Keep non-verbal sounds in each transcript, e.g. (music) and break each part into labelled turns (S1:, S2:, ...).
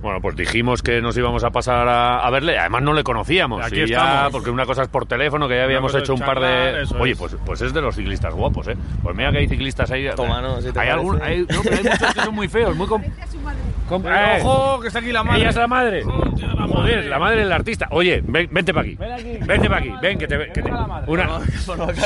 S1: Bueno, pues dijimos que nos íbamos a pasar a, a verle. Además, no le conocíamos.
S2: Aquí
S1: y ya-
S2: estamos.
S1: porque una cosa es por teléfono, que ya habíamos
S2: cosa es
S1: hecho un par de.
S2: charlar, eso
S1: Oye,
S2: es.
S1: pues, pues es de los ciclistas guapos, ¿eh? Pues mira que hay ciclistas ahí.
S3: Toma, ¿no? Si te
S1: hay,
S3: parece.
S1: algún- hay- no, pero hay muchos que son muy feos, muy. com- com- ¡Eh!
S2: ¡Ojo, que está aquí la madre!
S1: Ella es la madre.
S2: la madre.
S1: Joder, la madre del artista. Oye, ven, vente para aquí.
S2: Ven aquí.
S1: Vente para aquí. Ven, que te. Que te-
S2: venga la madre.
S1: una...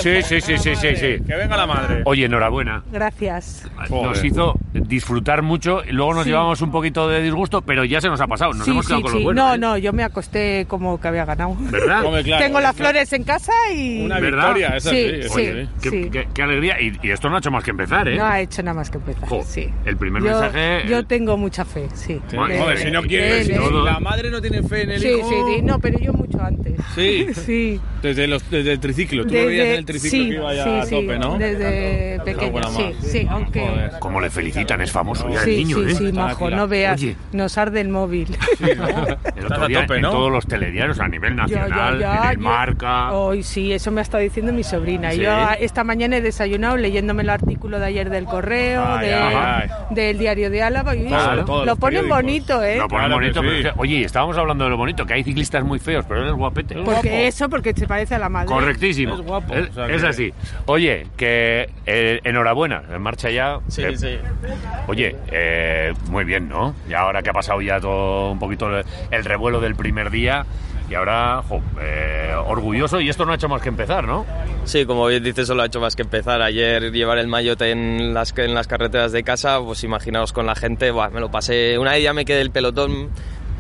S1: Sí, sí, sí, sí, sí, sí.
S2: ¡Que venga la madre!
S1: Oye, enhorabuena.
S4: Gracias.
S1: Nos hizo disfrutar mucho. Luego nos
S4: Sí.
S1: llevamos un poquito de disgusto, pero ya se nos ha pasado. Nos
S4: sí,
S1: hemos quedado
S4: sí,
S1: con
S4: sí.
S1: lo bueno.
S4: no,
S1: ¿eh?
S4: no, yo me acosté como que había ganado.
S1: ¿Verdad?
S2: Hombre, claro,
S4: Ah, Tengo las
S2: es
S4: flores en casa y
S2: Una
S1: ¿Verdad?
S2: victoria, esa
S4: Sí,
S2: sí. esa
S4: sí.
S1: Qué, qué- qué alegría. Y, y esto no ha hecho más que empezar, ¿eh?
S4: no ha hecho nada más que empezar.
S1: Jo,
S4: sí.
S1: el primer
S4: yo,
S1: mensaje-
S4: Yo tengo mucha fe, sí.
S2: Sí,
S1: Madre
S2: joder,
S1: mía.
S2: si no quieres,
S4: Sí,
S2: si
S4: sí.
S2: la madre no tiene fe en el
S4: Sí,
S2: hijo.
S4: sí, sí, no, pero yo mucho antes.
S2: Sí.
S4: sí.
S2: Desde, los, desde el triciclo, tú lo veías en el triciclo
S4: sí,
S2: que iba ya
S4: sí,
S2: a
S4: sí,
S2: tope, ¿no?
S4: Desde
S2: Con
S4: pequeño,
S2: la
S4: sí,
S2: mamá.
S4: sí, aunque...
S2: Joder.
S1: Como le felicitan, es famoso ya el
S4: Sí,
S1: niño,
S4: sí,
S1: ¿eh?
S4: sí,
S2: Está
S4: majo,
S2: tranquila.
S4: no veas,
S1: Oye.
S4: nos arde el móvil.
S1: El
S2: Estás a
S1: otro día
S2: tope,
S1: en
S2: ¿no?
S1: todos los telediarios a nivel
S4: Ya, ya,
S1: nacional,
S4: ya, Oh,
S1: en el
S4: yo-
S1: Marca.
S4: Hoy sí, eso me ha estado diciendo mi sobrina.
S1: Sí.
S4: Yo a- esta mañana he desayunado leyéndome el artículo de ayer del correo,
S2: Ay,
S4: de-
S2: ay,
S4: del diario de Álava. y
S2: Claro,
S4: eso,
S2: todos
S4: lo
S2: los
S4: ponen
S2: periódicos.
S4: bonito, ¿eh?
S1: Lo ponen
S2: Claro que
S1: bonito,
S2: sí.
S1: pero es que- oye, estábamos hablando de lo bonito, que hay ciclistas muy feos, pero él es guapete.
S4: porque eso, porque se parece a la madre.
S1: Correctísimo.
S2: Es guapo.
S1: Es,
S2: O sea,
S1: es
S2: que-
S1: así. Oye, que eh, enhorabuena, en marcha ya.
S3: Sí,
S1: Que-
S3: sí.
S1: Oye, eh, muy bien, ¿no? Y ahora que ha pasado ya todo un poquito el, el revuelo del primer día, y ahora, jo, eh, orgulloso, y esto no ha hecho más que empezar, ¿no?
S3: Sí, como bien dices, solo ha hecho más que empezar. Ayer llevar el mayote en las, en las carreteras de casa, pues imaginaos con la gente, buah, me lo pasé. Una vez ya me quedé el pelotón,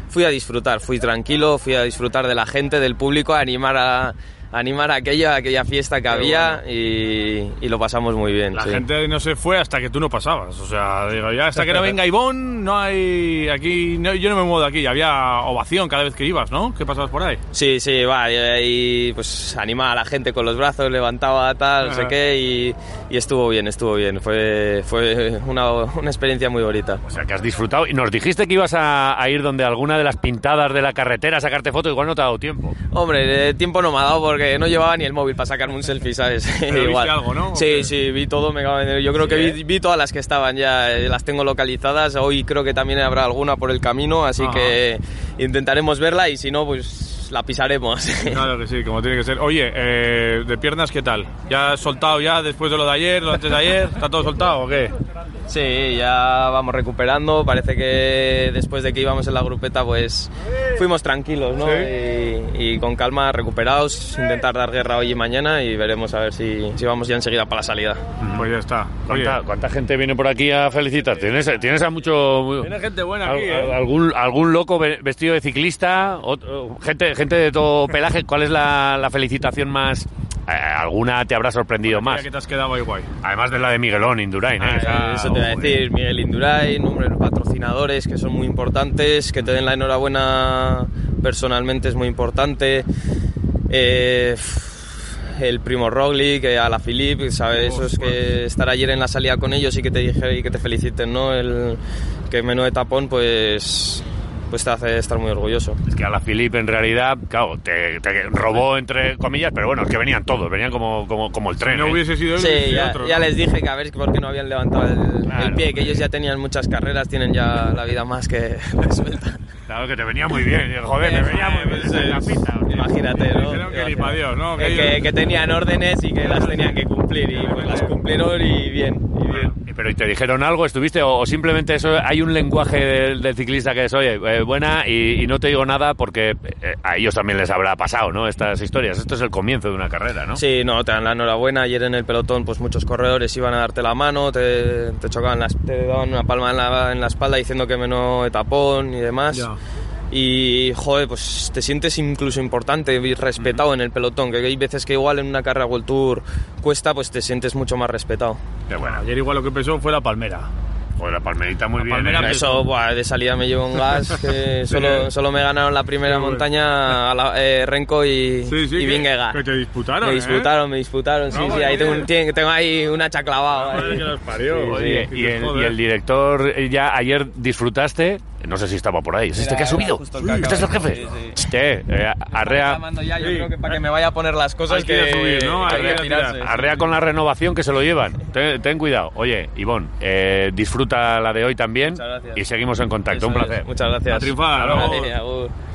S3: fui a disfrutar, fui tranquilo, fui a disfrutar de la gente, del público, a animar a, a animar a aquella, a aquella fiesta que había y, y lo pasamos muy bien.
S2: La
S3: sí.
S2: gente no se fue hasta que tú no pasabas. O sea, digo, ya hasta que no venga Ivón, no hay. Aquí. no- yo no me muevo de aquí. Había ovación cada vez que ibas, ¿no? ¿Qué pasabas por ahí?
S3: Sí, sí, va, y ahí, pues animaba a la gente con los brazos, levantaba tal, no sé
S2: Ajá.
S3: qué, y, y estuvo bien, estuvo bien. Fue, fue una, una experiencia muy bonita.
S1: O sea, que has disfrutado. Y nos dijiste que ibas a, a ir donde alguna de las pintadas de la carretera a sacarte foto, igual no te ha dado tiempo.
S3: Hombre, eh, tiempo no me ha dado porque no llevaba ni el móvil para sacarme un selfie, ¿sabes?
S2: viste
S3: (laughs)
S2: algo, ¿no? ¿eh? ¿O
S3: Sí,
S2: qué?
S3: sí, vi todo. Me cago en- Yo creo que vi, vi todas las que estaban ya, eh, las tengo localizadas. Hoy creo que también habrá alguna por el camino, así
S2: Ajá.
S3: que intentaremos verla y si no, pues la pisaremos. (laughs)
S2: Claro que sí, como tiene que ser. Oye, eh, de piernas, ¿qué tal? ¿Ya has soltado ya después de lo de ayer, lo antes de ayer? ¿Está todo soltado o qué?
S1: Mm.
S3: Sí, ya vamos recuperando. Parece que después de que íbamos en la grupeta, pues fuimos tranquilos, ¿no? Y, y con calma, recuperados, intentar dar guerra hoy y mañana y veremos a ver si, si vamos ya enseguida para la salida.
S2: Pues ya está. Oye,
S1: ¿Cuánta, cuánta gente viene por aquí a felicitar? ¿Tienes, tienes a mucho...
S2: Tiene gente buena
S1: al-
S2: aquí,
S1: al-
S2: ¿eh?
S1: algún, algún loco ve- vestido de ciclista? Otro- gente, gente de todo pelaje. ¿Cuál es la, la felicitación más... eh, ¿Alguna te habrá sorprendido
S2: Mira
S1: más?
S2: que te has quedado ahí guay.
S1: Además de la de Miguelón, Indurain. ¿eh? Esa-
S3: Ah, Eso te voy a
S1: Uy.
S3: decir, Miguel Indurain, nombre de los patrocinadores que son muy importantes, que te den la enhorabuena personalmente es muy importante. Eh, el primo Roglic, eh, a la Filip, ¿sabes? Eso es que estar ayer en la salida con ellos y que te dije y que te feliciten, ¿no? El que menú de tapón, pues, pues te hace estar muy orgulloso.
S1: Es que a la Philippe en realidad, claro, te, te robó entre comillas, pero bueno, es que venían todos, venían como, como, como el tren.
S2: No
S1: ¿eh?
S2: hubiese sido él,
S3: Sí,
S2: hubiese sido
S3: ya,
S2: otro,
S3: ya
S2: ¿no?
S3: les dije que a ver por qué no habían levantado el, el
S1: Claro,
S3: pie, que ellos ya tenían muchas carreras, tienen ya la vida más que (laughs) resuelta.
S1: Claro que te venía muy bien, eh, joder, te
S3: Eh,
S1: venía muy bien.
S3: pues,
S1: esa
S3: eh,
S1: capita, hostia.
S3: Imagínate, ¿no?
S2: Dijeron que
S3: Imagínate.
S2: ni pa' Dios, ¿no?
S3: Que,
S2: ellos-
S3: que- que tenían órdenes y que las tenían que cumplir y pues las cumplieron y bien, y bien.
S1: Eh, Pero ¿y te dijeron algo? ¿Estuviste? ¿O, o simplemente eso? Hay un lenguaje del, del ciclista que es, oye, eh, buena y, y no te digo nada porque eh, a ellos también les habrá pasado, ¿no? Estas historias. Esto es el comienzo de una carrera, ¿no?
S3: Sí, no, te dan la enhorabuena. Ayer en el pelotón, pues muchos corredores iban a darte la mano, te, te chocaban, las, te daban una palma en la, en la espalda diciendo que menos tapón y demás.
S2: Ya.
S3: Y, joder, pues te sientes incluso importante y respetado en el pelotón, que hay veces que igual en una carrera World Tour cuesta, pues te sientes mucho más respetado.
S1: Pero bueno,
S2: Ayer igual lo que pensó fue la palmera.
S1: joder, la palmerita muy
S2: La
S1: bien.
S2: palmera
S1: ¿eh?
S2: pesó.
S3: Eso, buah, de salida me llevo un gas, que solo, solo me ganaron la primera montaña a la- eh, Renko y,
S2: Sí, sí,
S3: y
S2: que-
S3: Vingegaard.
S2: que te disputaron,
S3: Me
S2: ¿eh?
S3: disputaron, me disputaron, sí,
S2: No,
S3: sí, ahí
S2: joder.
S3: tengo, un- tien- tengo ahí una eh. chaclavada.
S2: Madre que los parió.
S3: Sí, sí.
S1: Oye, y, el, y el director eh, ya ayer disfrutaste, No sé si estaba por ahí. ¿Es este
S3: Era-
S1: que ha
S3: era
S1: subido?
S3: justo el que
S1: ¿Este es el
S3: acaba de-
S1: jefe?
S3: sí,
S1: Che, eh, arrea,
S3: llamando ya, yo creo que para que me vaya a poner las cosas
S2: Hay que
S3: que,
S2: subir, ¿no?
S3: que
S2: Hay
S3: hay
S2: que
S3: que tirarse.
S1: arrea con la renovación que se lo llevan. Ten, ten cuidado. Oye, Ivón, eh, disfruta la de hoy también.
S3: Muchas gracias.
S1: Y seguimos en contacto. Un
S3: Eso es.
S1: placer.
S3: Muchas gracias.
S2: A triunfar, ¿no?
S3: Vale, agur.